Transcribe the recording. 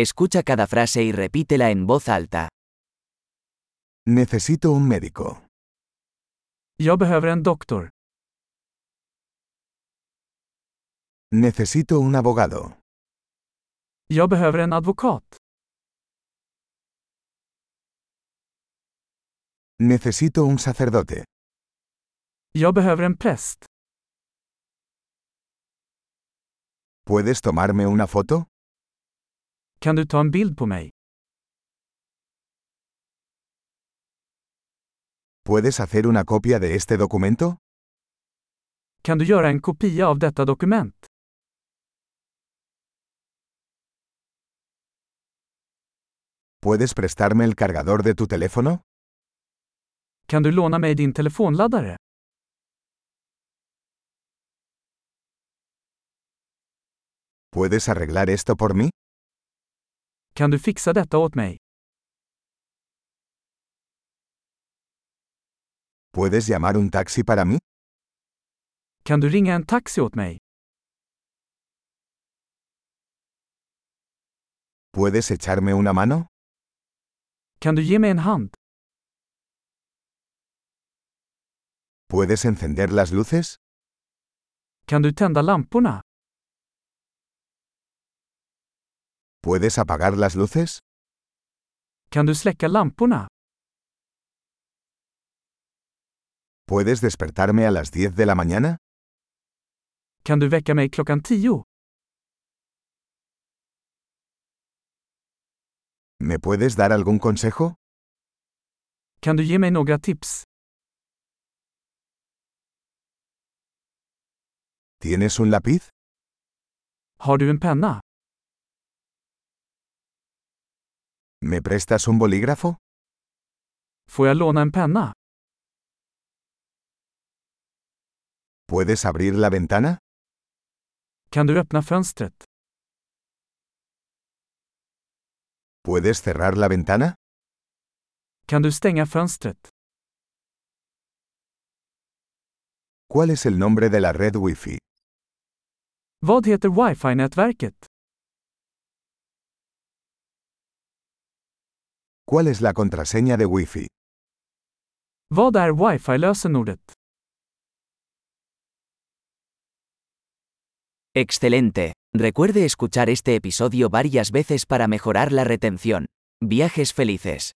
Escucha cada frase y repítela en voz alta. Necesito un médico. Jag behöver en doktor. Necesito un abogado. Jag behöver en advokat. Necesito un sacerdote. Jag behöver en präst. ¿Puedes tomarme una foto? Kan du ta en bild på mig? ¿Puedes hacer una copia de este documento? Kan du göra en kopia av detta dokument? ¿Puedes prestarme el cargador de tu teléfono? Kan du låna mig din telefonladdare? ¿Puedes arreglar esto por mí? Kan du fixa detta åt mig? ¿Puedes llamar un taxi para mí? Kan du ringa en taxi åt mig? ¿Puedes echarme una mano? Kan du ge mig en hand? ¿Puedes encender las luces? Kan du tända lamporna? ¿Puedes apagar las luces? Kan du släcka lamporna? ¿Puedes despertarme a las 10 de la mañana? Kan du väcka mig klockan tio? ¿Me puedes dar algún consejo? Kan du ge mig några tips? ¿Tienes un lápiz? Har du en penna? ¿Me prestas un bolígrafo? Får jag låna en penna? ¿Puedes abrir la ventana? Kan du öppna fönstret? ¿Puedes cerrar la ventana? Kan du stänga fönstret? ¿Cuál es el nombre de la red Wi-Fi? Vad heter wifi-nätverket? ¿Cuál es la contraseña de Wi-Fi? Vad är wifi-lösenordet? Excelente. Recuerde escuchar este episodio varias veces para mejorar la retención. Viajes felices.